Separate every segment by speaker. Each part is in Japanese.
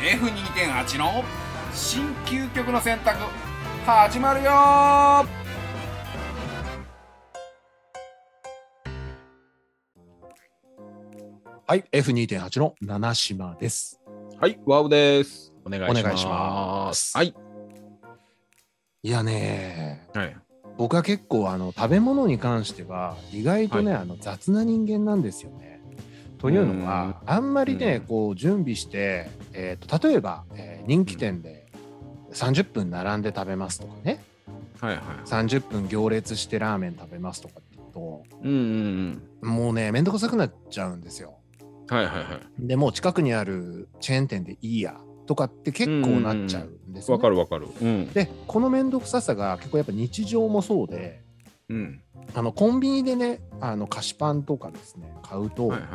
Speaker 1: F2.8 の新究極の選択始まるよー
Speaker 2: はい、F2.8 の七島です。
Speaker 3: はい、ワウです。
Speaker 4: お願い
Speaker 2: お願
Speaker 4: し
Speaker 2: いし
Speaker 4: ま。
Speaker 2: ますす。
Speaker 3: はい。
Speaker 2: いやね、
Speaker 4: はい。
Speaker 2: 僕は結構あの食べ物に関しては意外とね、あの雑な人間なんですよね。というのはあんまりね、
Speaker 4: うん
Speaker 2: こう準備して、えーと例えば、えー人気店で30分並んで食べますとかね
Speaker 4: はいはい。
Speaker 2: 30分行列してラーメン食べますとかって言うと
Speaker 4: うんうん
Speaker 2: もうねめんどくさくなっちゃうんですよ。
Speaker 4: うん。はいはいはい。
Speaker 2: でもう近くにあるチェーン店でいいやとかって結構なっちゃうんですよ
Speaker 3: わ
Speaker 2: ね
Speaker 3: かるわかる。
Speaker 4: うん。
Speaker 2: でこの面倒くささが結構やっぱ日常もそうで
Speaker 4: うん。
Speaker 2: あのコンビニでねあの菓子パンとかですね買うと、
Speaker 4: はいはい。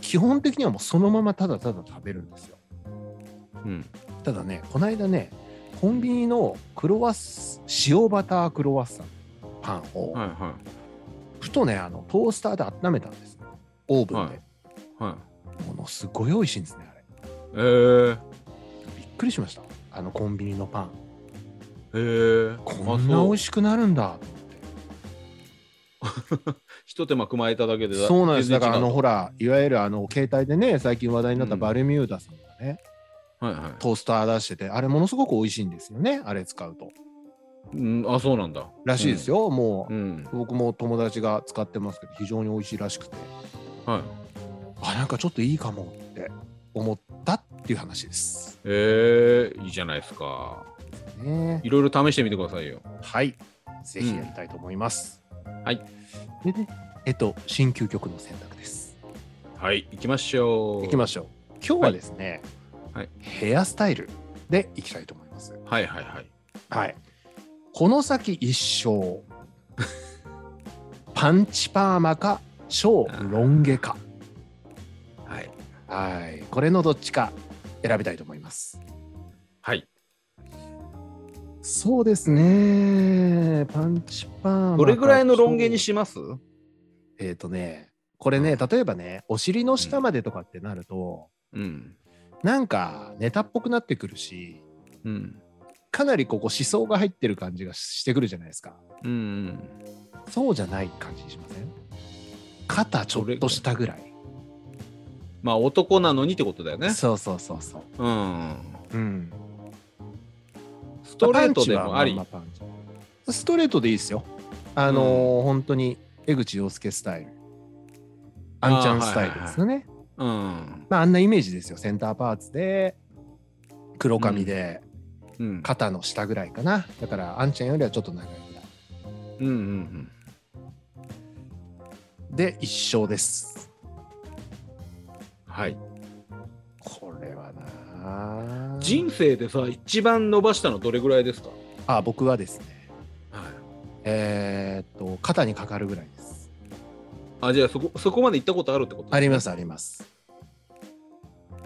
Speaker 2: 基本的にはもうそのままただただ食べるんですよ
Speaker 4: うん。
Speaker 2: ただねこの間ねコンビニのクロワッサン塩バタークロワッサンパンを、
Speaker 4: はいは
Speaker 2: ふとねあのトースターで温めたんですオーブンで、
Speaker 4: い。はい。
Speaker 2: ものすごい美味しいんですねあれ
Speaker 4: えー、
Speaker 2: びっくりしましたあのコンビニのパン
Speaker 4: えー。
Speaker 2: こんな美味
Speaker 4: しい。
Speaker 2: しくなるんだ
Speaker 4: ひと手間加えただけでだ。
Speaker 2: そうなんです。
Speaker 4: 全
Speaker 2: だ
Speaker 4: 然違
Speaker 2: からあ
Speaker 4: う
Speaker 2: のほら、いわゆるあの携帯でね、最近話題になったバルミューダさんがね、
Speaker 4: はいは
Speaker 2: トースター出してて、あれものすごく美味しいんですよね、あれ使うと。
Speaker 4: い。うん、あ、そうなんだ。
Speaker 2: らしいですよ、も
Speaker 4: う
Speaker 2: う、
Speaker 4: ん。
Speaker 2: 僕も友達が使ってますけど、非常に美味しいらしくて、
Speaker 4: はい。
Speaker 2: あ、なんかちょっといいかもって思ったっていう話です。
Speaker 4: えー、いいじゃないですか。
Speaker 2: ね、
Speaker 4: いろいろ試してみてくださいよ。
Speaker 2: はい、ぜひやりたいと思います。
Speaker 4: はい。
Speaker 2: でね、えっと、新究極の選択です。
Speaker 4: はい、行きましょう。
Speaker 2: いきましょう。今日はですね、
Speaker 4: はい
Speaker 2: ヘアスタイルでいきたいと思います。
Speaker 4: う。はいはいはい。
Speaker 2: はい。この先一 生、パンチパーマか、超ロン毛か。
Speaker 4: はい。
Speaker 2: はい。これのどっちか選びたいと思います。
Speaker 4: はい。
Speaker 2: そうですね。パンチパーマか。
Speaker 4: どれぐらいの論言にします
Speaker 2: えっ、とね、これね、例えばね、お尻の下までとかってなると、
Speaker 4: うん。
Speaker 2: なんかネタっぽくなってくるし、
Speaker 4: うん。
Speaker 2: かなりここ思想が入ってる感じがしてくるじゃないですか。
Speaker 4: うんうん。
Speaker 2: そうじゃない感じにしません肩ちょっと下ぐらい。
Speaker 4: まあ、男なのにってことだよね。
Speaker 2: そうそうそうそう。
Speaker 4: うん。
Speaker 2: うん、
Speaker 4: ス
Speaker 2: スト
Speaker 4: トレ
Speaker 2: レー
Speaker 4: ー
Speaker 2: ト
Speaker 4: ト
Speaker 2: で
Speaker 4: で
Speaker 2: も
Speaker 4: も
Speaker 2: あ
Speaker 4: あ
Speaker 2: り
Speaker 4: り。。
Speaker 2: ストレートでいいですよ。あのー本当に江口洋介スタイル。あんちゃんスタイルですよね。
Speaker 4: うん。
Speaker 2: まあ、あんなイメージですよ。センターパーツで、黒髪で、
Speaker 4: うん。
Speaker 2: 肩の下ぐらいかな。だから、あんちゃんよりはちょっと長いぐらい。
Speaker 4: うんうん
Speaker 2: で、一生です。
Speaker 4: うん。はい。
Speaker 2: これはなあ
Speaker 4: 人生でさ、一番伸ばしたのどれぐらいですか
Speaker 2: あ、僕はですね、
Speaker 4: はい。
Speaker 2: えーっと、肩にかかるぐらいです。
Speaker 4: あ、じゃあそこ、そこまで行ったことあるってこと
Speaker 2: あります、あります。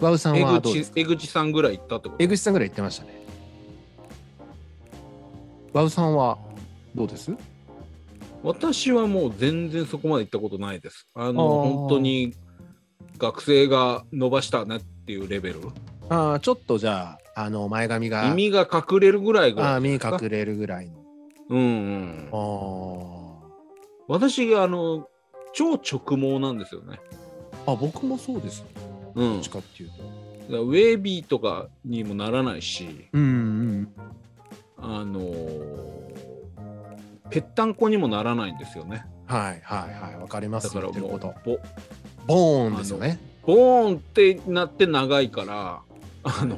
Speaker 2: ワウさん
Speaker 4: 江
Speaker 2: はどうで
Speaker 4: 口
Speaker 2: すか
Speaker 4: 江口さんぐらい行ったってこと
Speaker 2: 江口さんぐらい言ってましたね。ワウさんはどうです
Speaker 4: 私はもう全然そこまで行ったことないです。あの、
Speaker 2: あー
Speaker 4: 本当に学生が伸ばしたなっていうレベル。
Speaker 2: ああ、ちょっとじゃあ、あの前髪が
Speaker 4: 耳が隠れるぐらいぐ
Speaker 2: あ
Speaker 4: ら
Speaker 2: ー
Speaker 4: い。
Speaker 2: 耳隠れるぐらいの。
Speaker 4: うんうん。
Speaker 2: あ
Speaker 4: 私があの、超直毛なんですよね。
Speaker 2: ーあ、僕もそうですよ。
Speaker 4: う
Speaker 2: ど
Speaker 4: ん
Speaker 2: っち。かっていうと。
Speaker 4: だからウェービーとかにもならないし、
Speaker 2: うんうん。
Speaker 4: あのーぺったんこにもならないんですよね。
Speaker 2: はいはいはい、わかりま
Speaker 4: だ
Speaker 2: す。
Speaker 4: か
Speaker 2: 言
Speaker 4: ら
Speaker 2: ってる
Speaker 4: も
Speaker 2: こ
Speaker 4: う
Speaker 2: と。
Speaker 4: ボ
Speaker 2: ボーンですよね。
Speaker 4: ボーンってなって長いからあの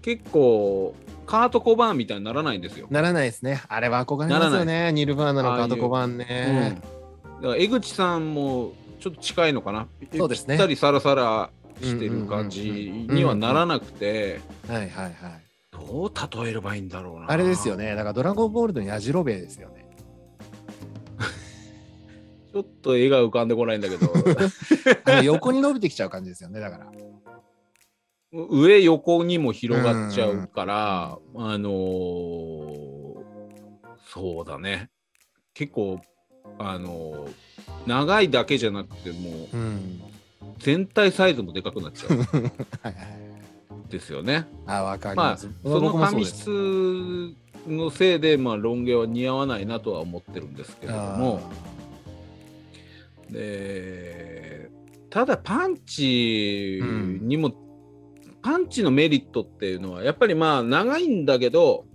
Speaker 4: 結構カート・コバーンみたいにならないんですよ。
Speaker 2: ならないですね。あれは憧れますよ
Speaker 4: な
Speaker 2: ね。ニルバーナのカートコバーン
Speaker 4: うん、だ
Speaker 2: ね。
Speaker 4: から江口さんもちょっと近いのかな。
Speaker 2: そうですね
Speaker 4: ぴったりサラサラしてる感じにはならなくて
Speaker 2: はいはいはい。
Speaker 4: どう例えればいいんだろうな。
Speaker 2: あれですよね。だからドラゴンボールのやじろべえですよね。
Speaker 4: ちょっと絵が浮かんでこないんだけど
Speaker 2: あの横に伸びてきちゃう感じですよね。だから。
Speaker 4: 上横にも広がっちゃうから、あのーそうだね結構あのー長いだけじゃなくてもう
Speaker 2: うん。
Speaker 4: 全体サイズもでかくなっちゃう
Speaker 2: はいはい。
Speaker 4: ですよ ね。
Speaker 2: あわかり
Speaker 4: まあ、
Speaker 2: ます
Speaker 4: そ。の
Speaker 2: 僕もそう
Speaker 4: 紙
Speaker 2: です
Speaker 4: 質のせいで、まあ、ロン毛は似合わないなとは思ってるんですけれども、でただパンチにも、パンチのメリットっていうのはやっぱりまあ長いんだけど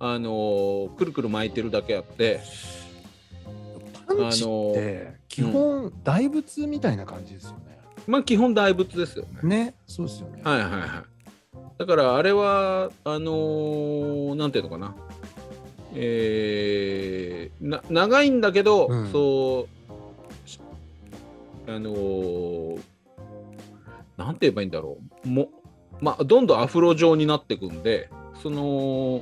Speaker 4: あのくるくる巻いてるだけあって
Speaker 2: あーパンチって基本大仏みたいな感じですよね。
Speaker 4: まあ基本大仏ですよね。
Speaker 2: ね、そうですよね。
Speaker 4: はいはいはい。だからあれはあのーなんていうのかな、えーな長いんだけど、
Speaker 2: うん
Speaker 4: そうしあのーなんて言えばいいんだろうもまあどんどんアフロ状になっていくんでその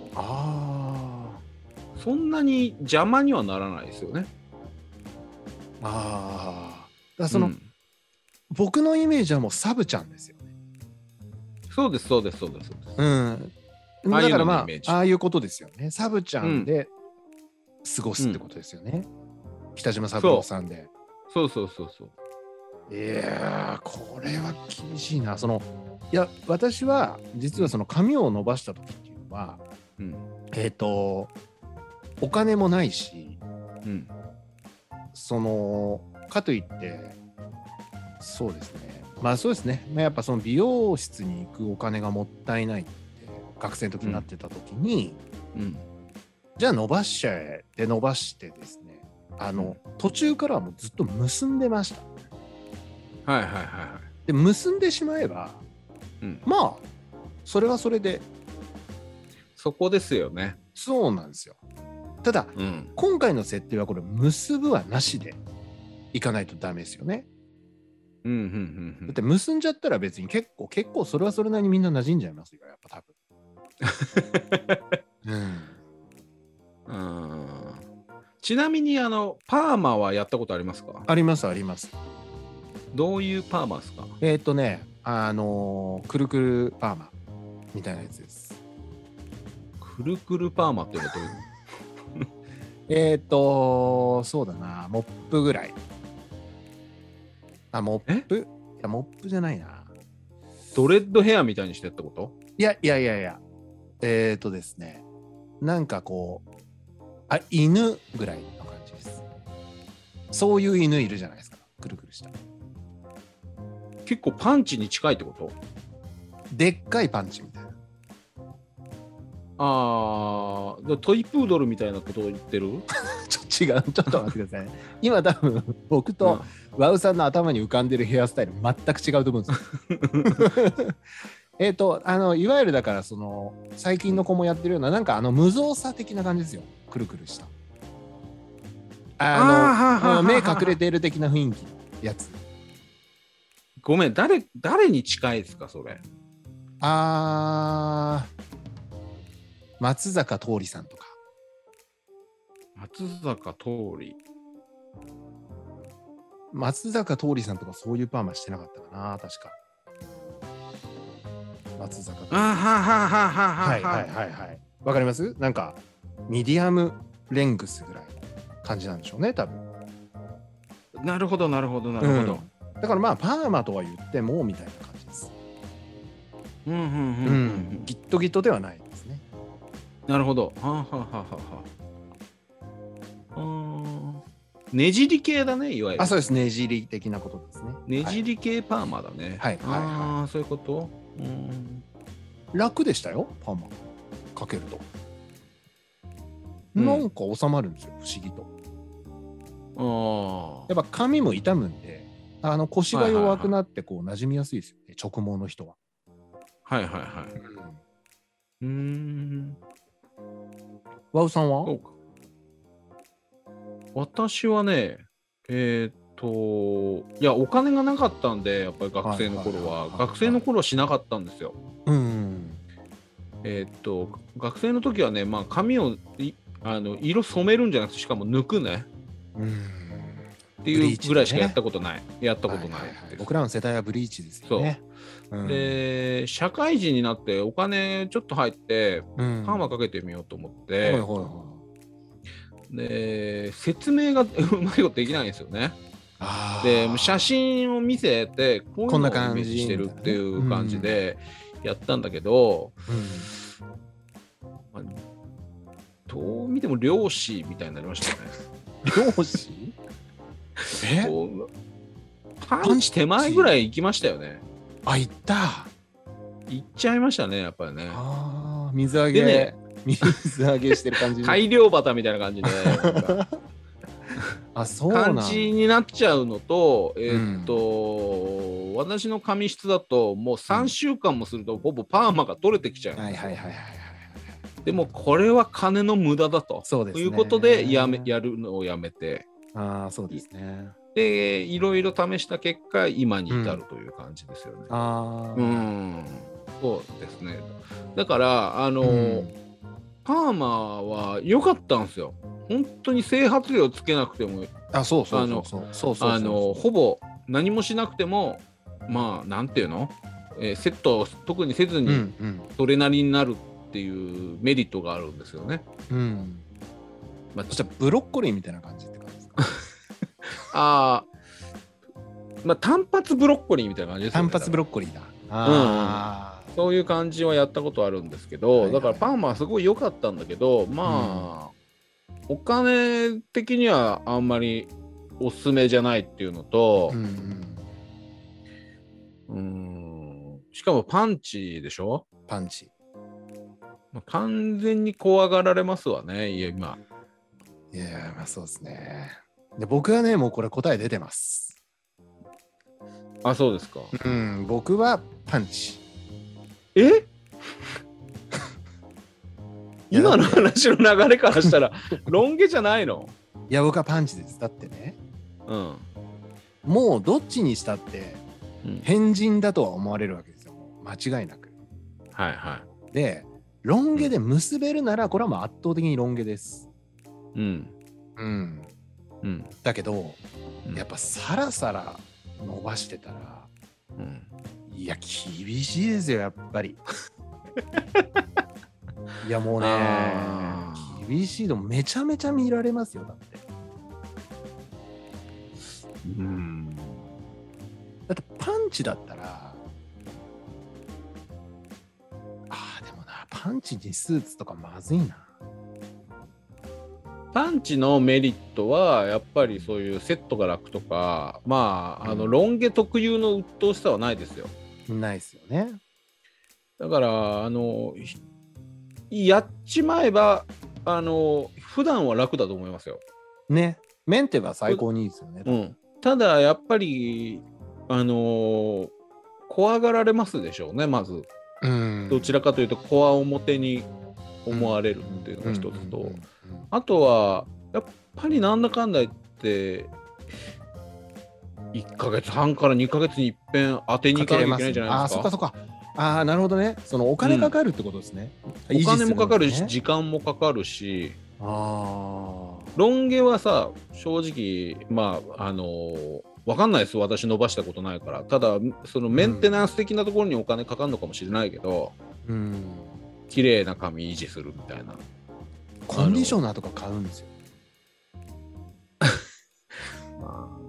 Speaker 2: あ
Speaker 4: そんなに邪魔にはならないですよね。
Speaker 2: あ、ああ。だからその、
Speaker 4: うん
Speaker 2: 僕のイメージはもうサブちゃんですよね。
Speaker 4: そうですそうですそうですそうです。
Speaker 2: うん。
Speaker 4: ああいうの
Speaker 2: だから
Speaker 4: の
Speaker 2: ま
Speaker 4: イメージ
Speaker 2: あ、ああいうことですよね。サブちゃんで過ごすってことですよね。北島三郎さんで。
Speaker 4: そうそうそうそう。
Speaker 2: いやー、これは厳しいな。その、いや、私は実はその髪を伸ばした時っていうのは、
Speaker 4: うん
Speaker 2: えっ、と、お金もないし、
Speaker 4: うん
Speaker 2: そのかといってそうですねまあそうですね、まあ、やっぱその美容室に行くお金がもったいないって学生の時になってた時に、
Speaker 4: うん
Speaker 2: じゃあ伸ばしちゃえで伸ばしてですねあの途中からはもうずっと結んでました
Speaker 4: はいはいはいはい。
Speaker 2: で結んでしまえば
Speaker 4: うん、
Speaker 2: まあそれはそれで
Speaker 4: そこですよね。
Speaker 2: そうなんですよただ
Speaker 4: うん
Speaker 2: 今回の設定はこれ結ぶはなしでいかないとダメですよね
Speaker 4: うんうんうんう
Speaker 2: だっ
Speaker 4: ん
Speaker 2: て結んじゃったら別に結構結構それはそれなりにみんな馴染んじゃいますよやっぱ 多分、うん、
Speaker 4: うんちなみにあのパーマはやったことありますか
Speaker 2: ありますあります
Speaker 4: どういうパーマですか
Speaker 2: えっ、とねあのーくるくるパーマみたいなやつです
Speaker 4: くるくるパーマっていうのはどういうの
Speaker 2: えっ、とそうだなモップぐらいあモップいやモップじゃないな
Speaker 4: ドレッドヘアみたいにしてってこと
Speaker 2: いやいやいやいやえっ、とですねなんかこうあ犬ぐらいの感じですそういう犬いるじゃないですかくるくるした
Speaker 4: 結構パンチに近いってこと
Speaker 2: でっかいパンチみたいな。
Speaker 4: あートイプードルみたいなことを言ってる
Speaker 2: ちょっと違う、ちょっと待ってください。今多分僕
Speaker 4: うん
Speaker 2: とワウさんの頭に浮かんでるヘアスタイル全く違うと思うんです よ。えっと、あの、いわゆるだからその、最近の子もやってるような、なんかあの無造作的な感じですよ。くるくるした。あ
Speaker 4: あーは
Speaker 2: の、
Speaker 4: ははは
Speaker 2: 目隠れてる的な雰囲気のやつ。
Speaker 4: ごめん誰誰に近いですかそれ
Speaker 2: あー、松坂桃李さんとか。
Speaker 4: 松坂桃李
Speaker 2: 松坂桃李さんとかそういうパーマしてなかったかな、確か。松坂桃李
Speaker 4: あーははは
Speaker 2: は
Speaker 4: はい
Speaker 2: はいはいはい。わかりますなんか、ミディアムレングスぐらいの感じなんでしょうね、多分。
Speaker 4: なるほどなるほどなるほど、
Speaker 2: だからまあ、パーマとは言ってもみたいな感じです。
Speaker 4: うん、うんうん
Speaker 2: う
Speaker 4: うん
Speaker 2: ん。ギットギットではないですね。
Speaker 4: なるほど。はあ、はあはあはあ、はあ。うーんねじり系だね、いわゆる。
Speaker 2: あ、そうです。ねじり的なことですね。
Speaker 4: ねじ
Speaker 2: り。
Speaker 4: り系パーマだね。
Speaker 2: はいはいはい
Speaker 4: ああ、そういうことうーん。
Speaker 2: 楽でしたよ、パーマかけると。
Speaker 4: うん
Speaker 2: なんか収まるんですよ、不思議と。
Speaker 4: あ
Speaker 2: や
Speaker 4: あ。
Speaker 2: っぱ髪も傷むんで、あの腰が弱くなって、こう、馴染みやすいですよね、直毛の人は。
Speaker 4: はいはいはい。うーん。
Speaker 2: ワウさん
Speaker 4: そ
Speaker 2: は
Speaker 4: うか。私はね、えーっと、いや、お金がなかったんで、やっぱり学生の頃
Speaker 2: はいはいはい
Speaker 4: は、
Speaker 2: はい
Speaker 4: 学生の頃はしなかったんですよ。
Speaker 2: うん。
Speaker 4: えーっと、学生の時はね、まあ、髪をいあの色染めるんじゃなくて、しかも抜くね。
Speaker 2: うん。
Speaker 4: っていうぐらいしかやったことない、やったことない
Speaker 2: ははは
Speaker 4: です
Speaker 2: 僕らの世代はブリーチですよね。うん、
Speaker 4: で社会人になってお金ちょっと入って
Speaker 2: うん、
Speaker 4: パーマ
Speaker 2: か
Speaker 4: かけてみようと思っ
Speaker 2: ほい
Speaker 4: て、
Speaker 2: ほいほい
Speaker 4: で説明が うまいことできないんですよね
Speaker 2: あー
Speaker 4: で写真を見せてこういう
Speaker 2: こん
Speaker 4: のを
Speaker 2: な
Speaker 4: イ
Speaker 2: 感じ
Speaker 4: メージしてるっていう感じでやったんだけど、
Speaker 2: うん
Speaker 4: まあどう見ても漁師みたいになりましたね。
Speaker 2: 漁師 え
Speaker 4: こうパンチ手前ぐらい行きましたよね。
Speaker 2: あ行った
Speaker 4: 行っちゃいましたね、やっぱりね。
Speaker 2: あー水揚
Speaker 4: で
Speaker 2: げ、
Speaker 4: ね
Speaker 2: 水揚げしてる感じね、
Speaker 4: 大漁旗みたいな感じ で、なんか
Speaker 2: あそうなん
Speaker 4: 感
Speaker 2: だ
Speaker 4: じになっちゃうのと、えーっと、私の髪質だと、もう3週間もすると、ほぼパーマが取れてきちゃう。
Speaker 2: はいはいはいはいはい
Speaker 4: でも、これは金の無駄だと。
Speaker 2: そうです
Speaker 4: と
Speaker 2: ね
Speaker 4: いうことでやめ、やるのをやめて、
Speaker 2: ああそうですね
Speaker 4: で、いろいろ試した結果、今に至るという感じですよね。
Speaker 2: ああ
Speaker 4: うん、そうですね。だから、あの、パーマは良かったんですよ。本当に整髪料つけなくても
Speaker 2: あそうそうそうそうそうそうそう
Speaker 4: あのほぼ何もしなくてもまあなんていうの、えーセットを特にせず
Speaker 2: う
Speaker 4: に
Speaker 2: んうん
Speaker 4: それなりになるっていうメリットがあるんですよね。
Speaker 2: うん
Speaker 4: まあ、
Speaker 2: そし
Speaker 4: ち
Speaker 2: たらブロッコリーみたいな感じって感じですか
Speaker 4: あーまあ単発ブロッコリーみたいな感じですよね。
Speaker 2: 単発ブ
Speaker 4: ロッコリー
Speaker 2: ロッコリーだああ、
Speaker 4: そういう感じはやったことあるんですけ
Speaker 2: はいは
Speaker 4: ど
Speaker 2: い
Speaker 4: だからパーマはすごい良かったんだけどまあ、お金的にはあんまりおすすめじゃないっていうのと
Speaker 2: うん、うん、
Speaker 4: うんしかもパンチでしょ
Speaker 2: パンチ
Speaker 4: まあ完全に怖がられますわね、いや今。
Speaker 2: いやーまあそうですねで僕はねもうこれ答え出てます
Speaker 4: あ、そうですか。
Speaker 2: うん僕はパンチ
Speaker 4: え
Speaker 2: いや
Speaker 4: 今の話の流れからしたら、ロン毛じゃないの
Speaker 2: いや僕はパンチですだってね
Speaker 4: うん。
Speaker 2: もうどっちにしたって
Speaker 4: うん
Speaker 2: 変人だとは思われるわけですよ間違いなく
Speaker 4: はいは
Speaker 2: でロン毛で結べるならこれはもう圧倒的にロン毛です
Speaker 4: い。うん。
Speaker 2: うん
Speaker 4: うん。
Speaker 2: だけど
Speaker 4: うん
Speaker 2: やっぱサラサラ伸ばしてたら
Speaker 4: うん、
Speaker 2: いや厳しいですよやっぱり いやもうね
Speaker 4: あ
Speaker 2: 厳しいのめちゃめちゃ見られますよだって
Speaker 4: うん。
Speaker 2: だってパンチだったらあーでもなパンチにスーツとかまずいな
Speaker 4: パンチのメリットは、やっぱりそういうセットが楽とか、まあ、あの、
Speaker 2: うん
Speaker 4: ロン毛特有の鬱陶しさはないですよ。
Speaker 2: ないですよね
Speaker 4: だから、あの、ひやっちまえば、あの、普段は楽だと思いますよ。
Speaker 2: ねメンテは最高にいいですよね、
Speaker 4: うん、ただやっぱりあのー怖がられますでしょうねまず
Speaker 2: うん
Speaker 4: どちらかというと怖表に思われるっていうのが一つとあとはやっぱりなんだかんだ言って1ヶ月半から2ヶ月に一遍当てに行かなきゃいけないじゃない
Speaker 2: ああ
Speaker 4: で
Speaker 2: ー
Speaker 4: す
Speaker 2: そっ
Speaker 4: か
Speaker 2: かそっかああなるほどねそのお金かかるってことですね、
Speaker 4: お金もかかるし
Speaker 2: 維持すのにね
Speaker 4: 時間もかかるし
Speaker 2: あ
Speaker 4: ロン毛はさ正直まああのーわかんないです私伸ばしたことないからただそのメンテナンス的なところにお金かかるのかもしれないけど、
Speaker 2: あうん
Speaker 4: 綺麗な髪維持するみたいな
Speaker 2: コンディショナーとか買うんですよ
Speaker 4: まあ、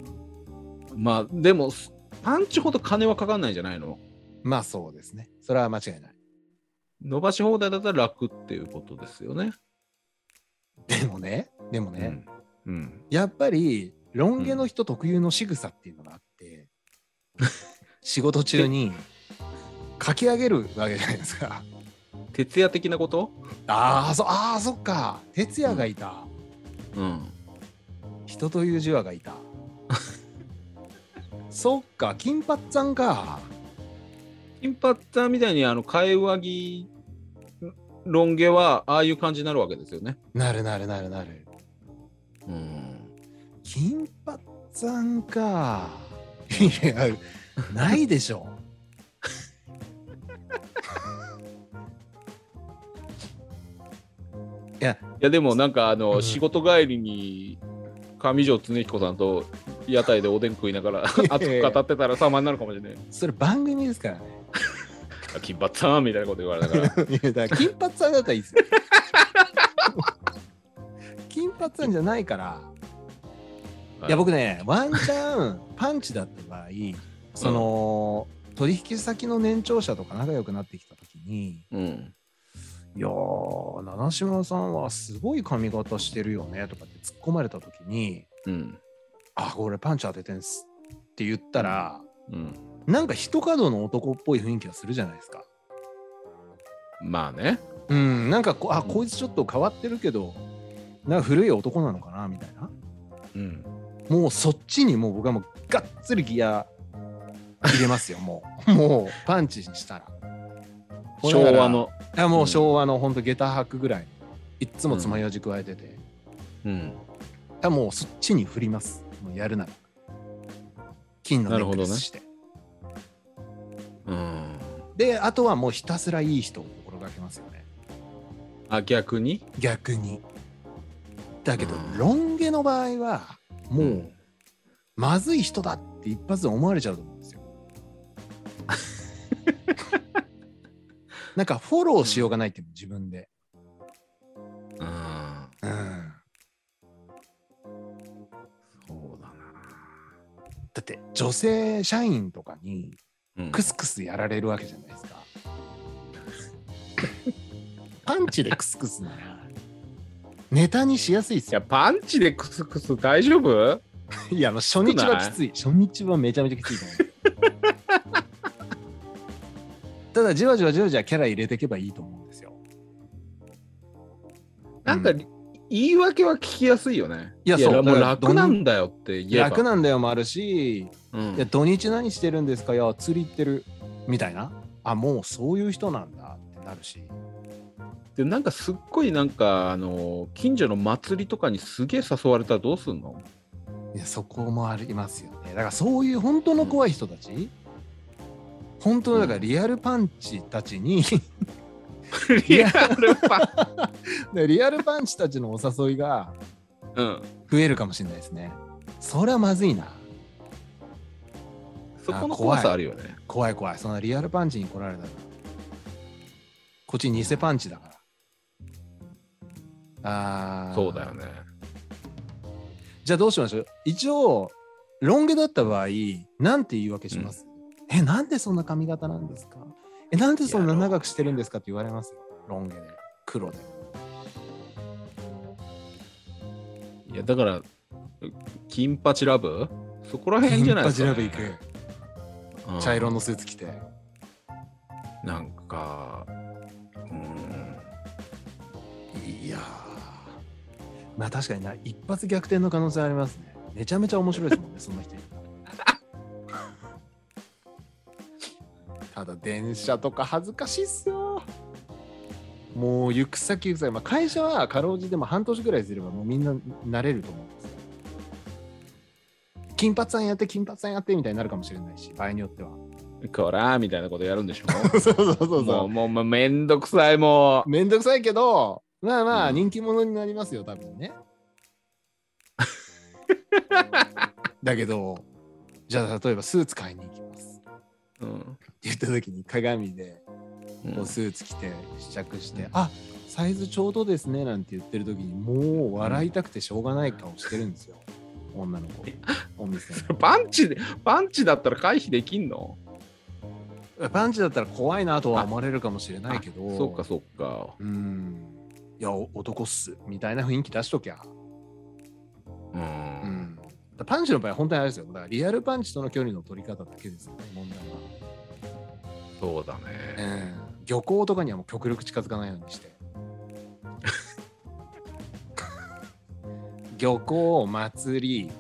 Speaker 4: まあでもすパンチほど金はかかんないんじゃないの
Speaker 2: まあそうですねそれは間違いない
Speaker 4: 伸ばし放題だったら楽っていうことですよね。
Speaker 2: でもねでもね、
Speaker 4: うん、うん
Speaker 2: やっぱりロン毛の人特有の仕草っていうのがあ って、仕事中にかき上げるわけじゃないで すか。
Speaker 4: 徹夜的なこと、
Speaker 2: ああそあーそっか哲也がいた、
Speaker 4: うん、
Speaker 2: 人という字話がい たそっか金髪さんか
Speaker 4: 金髪さんみたいにあの替え上着ロン毛はああいう感じになるわけですよね。
Speaker 2: なるなるなるなる
Speaker 4: うん
Speaker 2: 金髪さんかいやないでしょ
Speaker 4: いやでもなんかあの、
Speaker 2: うん
Speaker 4: 仕事帰りに上条恒彦さんと屋台でおでん食いな がら熱く語ってたら様になるかもしれない。
Speaker 2: それ番組ですからね
Speaker 4: あ金髪さんみたいなこと言われたから。
Speaker 2: いやだから金髪さんだったらいいですよ。 金髪さんじゃないから。いや僕ね、ワンチャンパンチだった場合、その、取引先の年長者とか仲良くなってきた時に
Speaker 4: うん。
Speaker 2: 「いやー七島さんはすごい髪型してるよね」とかって突っ込まれた時に
Speaker 4: うん。
Speaker 2: 「あこれパンチ当ててんす」って言ったら、
Speaker 4: うん。
Speaker 2: なんか一角の男っぽい雰囲気がするじゃないですか。
Speaker 4: まあね。
Speaker 2: うん、なんかこあ
Speaker 4: うん
Speaker 2: こいつちょっと変わってるけどなんか古い男なのかなみたいな
Speaker 4: うん。
Speaker 2: もうそっちにもう僕はもうがっつりギア入れますよも うもうパンチしたらこれ
Speaker 4: 昭
Speaker 2: なら
Speaker 4: 和の。
Speaker 2: あもううん昭和のほんと下駄履くぐらいいっつもつまようじ加えてて、
Speaker 4: うん。
Speaker 2: あもうそっちに振りますもうやるなら金のネックレスして、
Speaker 4: うん。
Speaker 2: であとはもうひたすらいい人を心がけますよね
Speaker 4: あ、逆に
Speaker 2: 逆にだけど、
Speaker 4: うん
Speaker 2: ロン毛の場合はもう、
Speaker 4: うん
Speaker 2: まずい人だって一発で思われちゃうと思うんです よなんかフォローしようがないっていうの自分で、
Speaker 4: うん。
Speaker 2: うん、
Speaker 4: そうだな。
Speaker 2: だって女性社員とかに
Speaker 4: うん
Speaker 2: クスクスやられるわけじゃないです かパンチでクスクスならネタにしやすいです
Speaker 4: いや、
Speaker 2: よ
Speaker 4: パンチでクスクス大丈夫
Speaker 2: いやあの初日はきつい初日はめちゃめちゃきついと思う ただじわじわじわじわキャラ入れていけばいいと思うんですよ
Speaker 4: なんか、
Speaker 2: う
Speaker 4: 言い訳は聞きやすいよね。
Speaker 2: いやそう
Speaker 4: もう
Speaker 2: だから
Speaker 4: 楽なんだよって言えば。
Speaker 2: 楽なんだよもあるし、
Speaker 4: うん
Speaker 2: いや土日何してるんですかいや釣り行ってるみたいなあもうそういう人なんだってなるし
Speaker 4: でなんかすっごいなんかあの近所の祭りとかにすげえ誘われたらどうすんの
Speaker 2: いやそこもありますよねだからそういう本当の怖い人たち、本当のだからリアルパンチたちに
Speaker 4: リアルパン、
Speaker 2: でリアルパンチたちのお誘いが
Speaker 4: うん、
Speaker 2: 増えるかもしれないですねそれはまずいな
Speaker 4: そこの怖さあるよね
Speaker 2: 怖い怖いそんなリアルパンチに来られたらこっち偽パンチだからあー
Speaker 4: そうだよね
Speaker 2: じゃあどうしましょう一応ロン毛だった場合なんて言い訳します、えなんでそんな髪型なんですかえなんでそんな長くしてるんですかって言われますよロン毛で黒で
Speaker 4: いやだから金八ラブそこら辺じゃないで
Speaker 2: 金八
Speaker 4: す
Speaker 2: ラ
Speaker 4: か
Speaker 2: ブ行
Speaker 4: ね、
Speaker 2: く
Speaker 4: うん
Speaker 2: 茶色のスーツ着て
Speaker 4: なんかうん
Speaker 2: いやーまあ確かにな一発逆転の可能性ありますねめちゃめちゃ面白いですもんねそんな人いたらただ電車とか恥ずかしいっすよもう行く先行く先、まあ、会社はかろうじても半年ぐらいすればもうみんな慣れると思うんですよ金髪さんやって金髪さんやってみたいになるかもしれないし場合によっては
Speaker 4: こらみたいなことやるんでしょ
Speaker 2: そうそうそう
Speaker 4: もうもうもうめんどくさいも
Speaker 2: めんどくさいけど、まあまあ
Speaker 4: うん
Speaker 2: 人気者になりますよ、多分 ね。だけど、じゃあ例えばスーツ買いに行きますって
Speaker 4: う、うん
Speaker 2: 言った時に鏡で
Speaker 4: う
Speaker 2: こうんスーツ着て試着して、
Speaker 4: うん
Speaker 2: あサイズちょうどですねなんて言ってる時にもう笑いたくてしょうがない顔してるんですよ、女の子お店 の
Speaker 4: パンチでパンチだったら回避できんの
Speaker 2: パンチだったら怖いなとは思われるかもしれないけど
Speaker 4: そっかそっか
Speaker 2: うんいやお男っすみたいな雰囲気出しときゃ
Speaker 4: う
Speaker 2: うんんパンチの場合、本当にあれですよ。だからリアルパンチとの距離の取り方だけですよね、問題は。
Speaker 4: そうだね
Speaker 2: 漁港とかにはもう極力近づかないようにして。 漁港、祭り、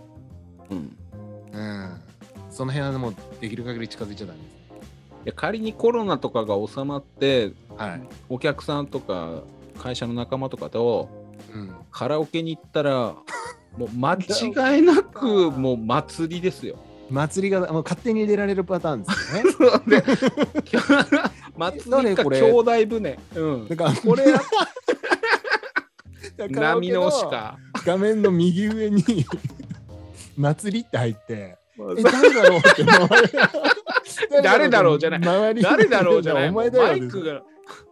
Speaker 4: うん
Speaker 2: うん、その辺はもうできる限り近づいちゃダメです。
Speaker 4: いや仮にコロナとかが収まって
Speaker 2: はい。
Speaker 4: お客さんとか会社の仲間とかと
Speaker 2: うん、
Speaker 4: カラオケに行ったらもう間違いなくもう祭りです よ。
Speaker 2: 祭りがもう勝手に入れられるパターンで すよね。
Speaker 4: で祭り
Speaker 2: 誰
Speaker 4: か
Speaker 2: これ
Speaker 4: 兄弟船、うん、
Speaker 2: だから、
Speaker 4: これ
Speaker 2: だから
Speaker 4: 波のしか。
Speaker 2: 画面の右上に 祭りって入って。え、誰だろうって周り
Speaker 4: 誰だろうじゃない
Speaker 2: 周り
Speaker 4: 誰だろうじゃない
Speaker 2: お
Speaker 4: も
Speaker 2: 前
Speaker 4: う
Speaker 2: だよ
Speaker 4: マイクが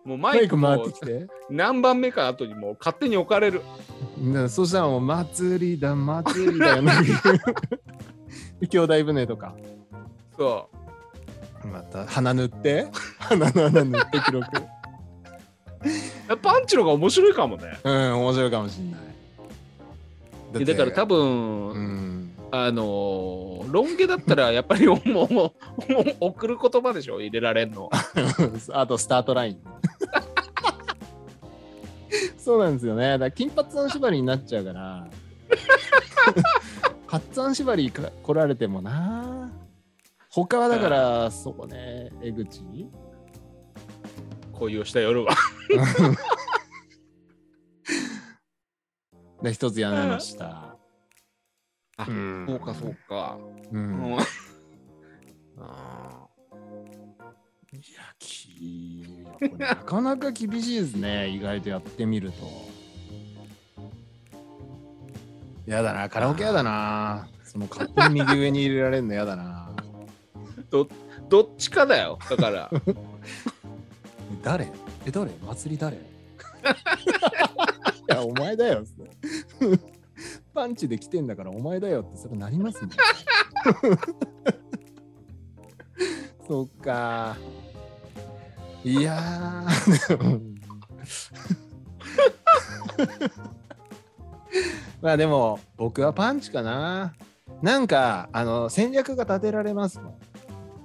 Speaker 4: もうマ
Speaker 2: マイ
Speaker 4: イク
Speaker 2: ク回っ
Speaker 4: も
Speaker 2: てきて
Speaker 4: 何番目か後にもう勝手に置かれる
Speaker 2: なそしたらもう祭りだ祭 りだよね兄弟船とか
Speaker 4: そ
Speaker 2: また鼻塗って鼻の穴塗って記録
Speaker 4: パンチの方が面白いかもね。
Speaker 2: うん面白いかもしんないだ
Speaker 4: だから多分、
Speaker 2: うん
Speaker 4: あのーロン毛だったらやっぱりおももお送る言葉でしょ入れられんの。
Speaker 2: あとスタートライン。そうなんですよね。だから金髪の縛りになっちゃうから。 カッツァン縛りか来られてもな。他はだから、そこね、江口。
Speaker 4: 恋をした夜は。
Speaker 2: で、一つ屋根の下。
Speaker 4: あ
Speaker 2: ん
Speaker 4: そうかそうか。
Speaker 2: う
Speaker 4: うんんあ
Speaker 2: いや、きこれなかなか厳しいです ね、意外とやってみると。やだな、カラオケやだな。その勝手に右上に入れられるのやだな。
Speaker 4: ーどっちかだよだ から。
Speaker 2: 誰 え、誰祭り誰いや、お前だよ。 それパンチで来てんだからお前だよってそれなりますね。 そっか。いやー。 でもまあでも僕はパンチかな。なんかあの戦略が立てられますもん。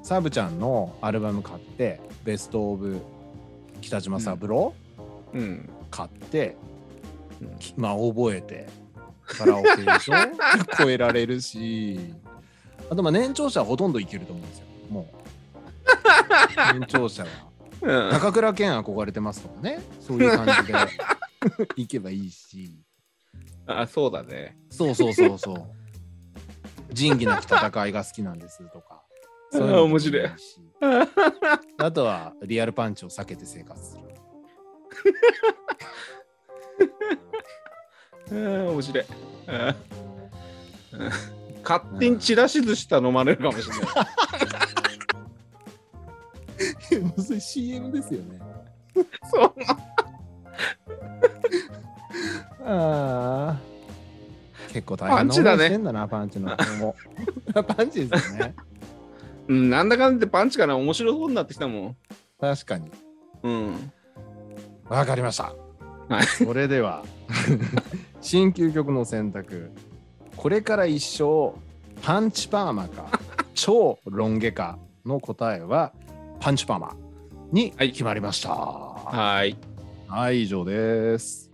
Speaker 2: サブちゃんのアルバム買って、ベスト・オブ北島三郎、
Speaker 4: うん。
Speaker 2: 買って、
Speaker 4: うん
Speaker 2: きまあ覚えてカラオケで しょ超えられるしあとまあ年長者はほとんどいけると思うんですよ もう年長者は
Speaker 4: うん
Speaker 2: 中倉健憧れてますとかねそういう感 じで行けばいいし
Speaker 4: あそうだね。
Speaker 2: そうそうそうそう仁義なき戦いが好きなんですとかそういう
Speaker 4: あ
Speaker 2: の
Speaker 4: ー
Speaker 2: も
Speaker 4: 面白い
Speaker 2: いし あとはリアルパンチを避けて生活する
Speaker 4: うん面白い。うん勝手にチラシ寿司頼まれるかもしれない。
Speaker 2: もうそれ CM ですよね。
Speaker 4: そう。
Speaker 2: ああ。結構大変な思いしてんだな、パンチの方も。パンチですよね。
Speaker 4: うん、なんだかんだでパンチかな面白そうになってきたもん。
Speaker 2: 確かに。
Speaker 4: うん。
Speaker 2: わかりました。
Speaker 4: はい
Speaker 2: それでは、新究極の選択。これから一生、パンチパーマか、超ロン毛かの答えは、パンチパーマに決まりました。
Speaker 4: はーい。
Speaker 2: はい、以上です。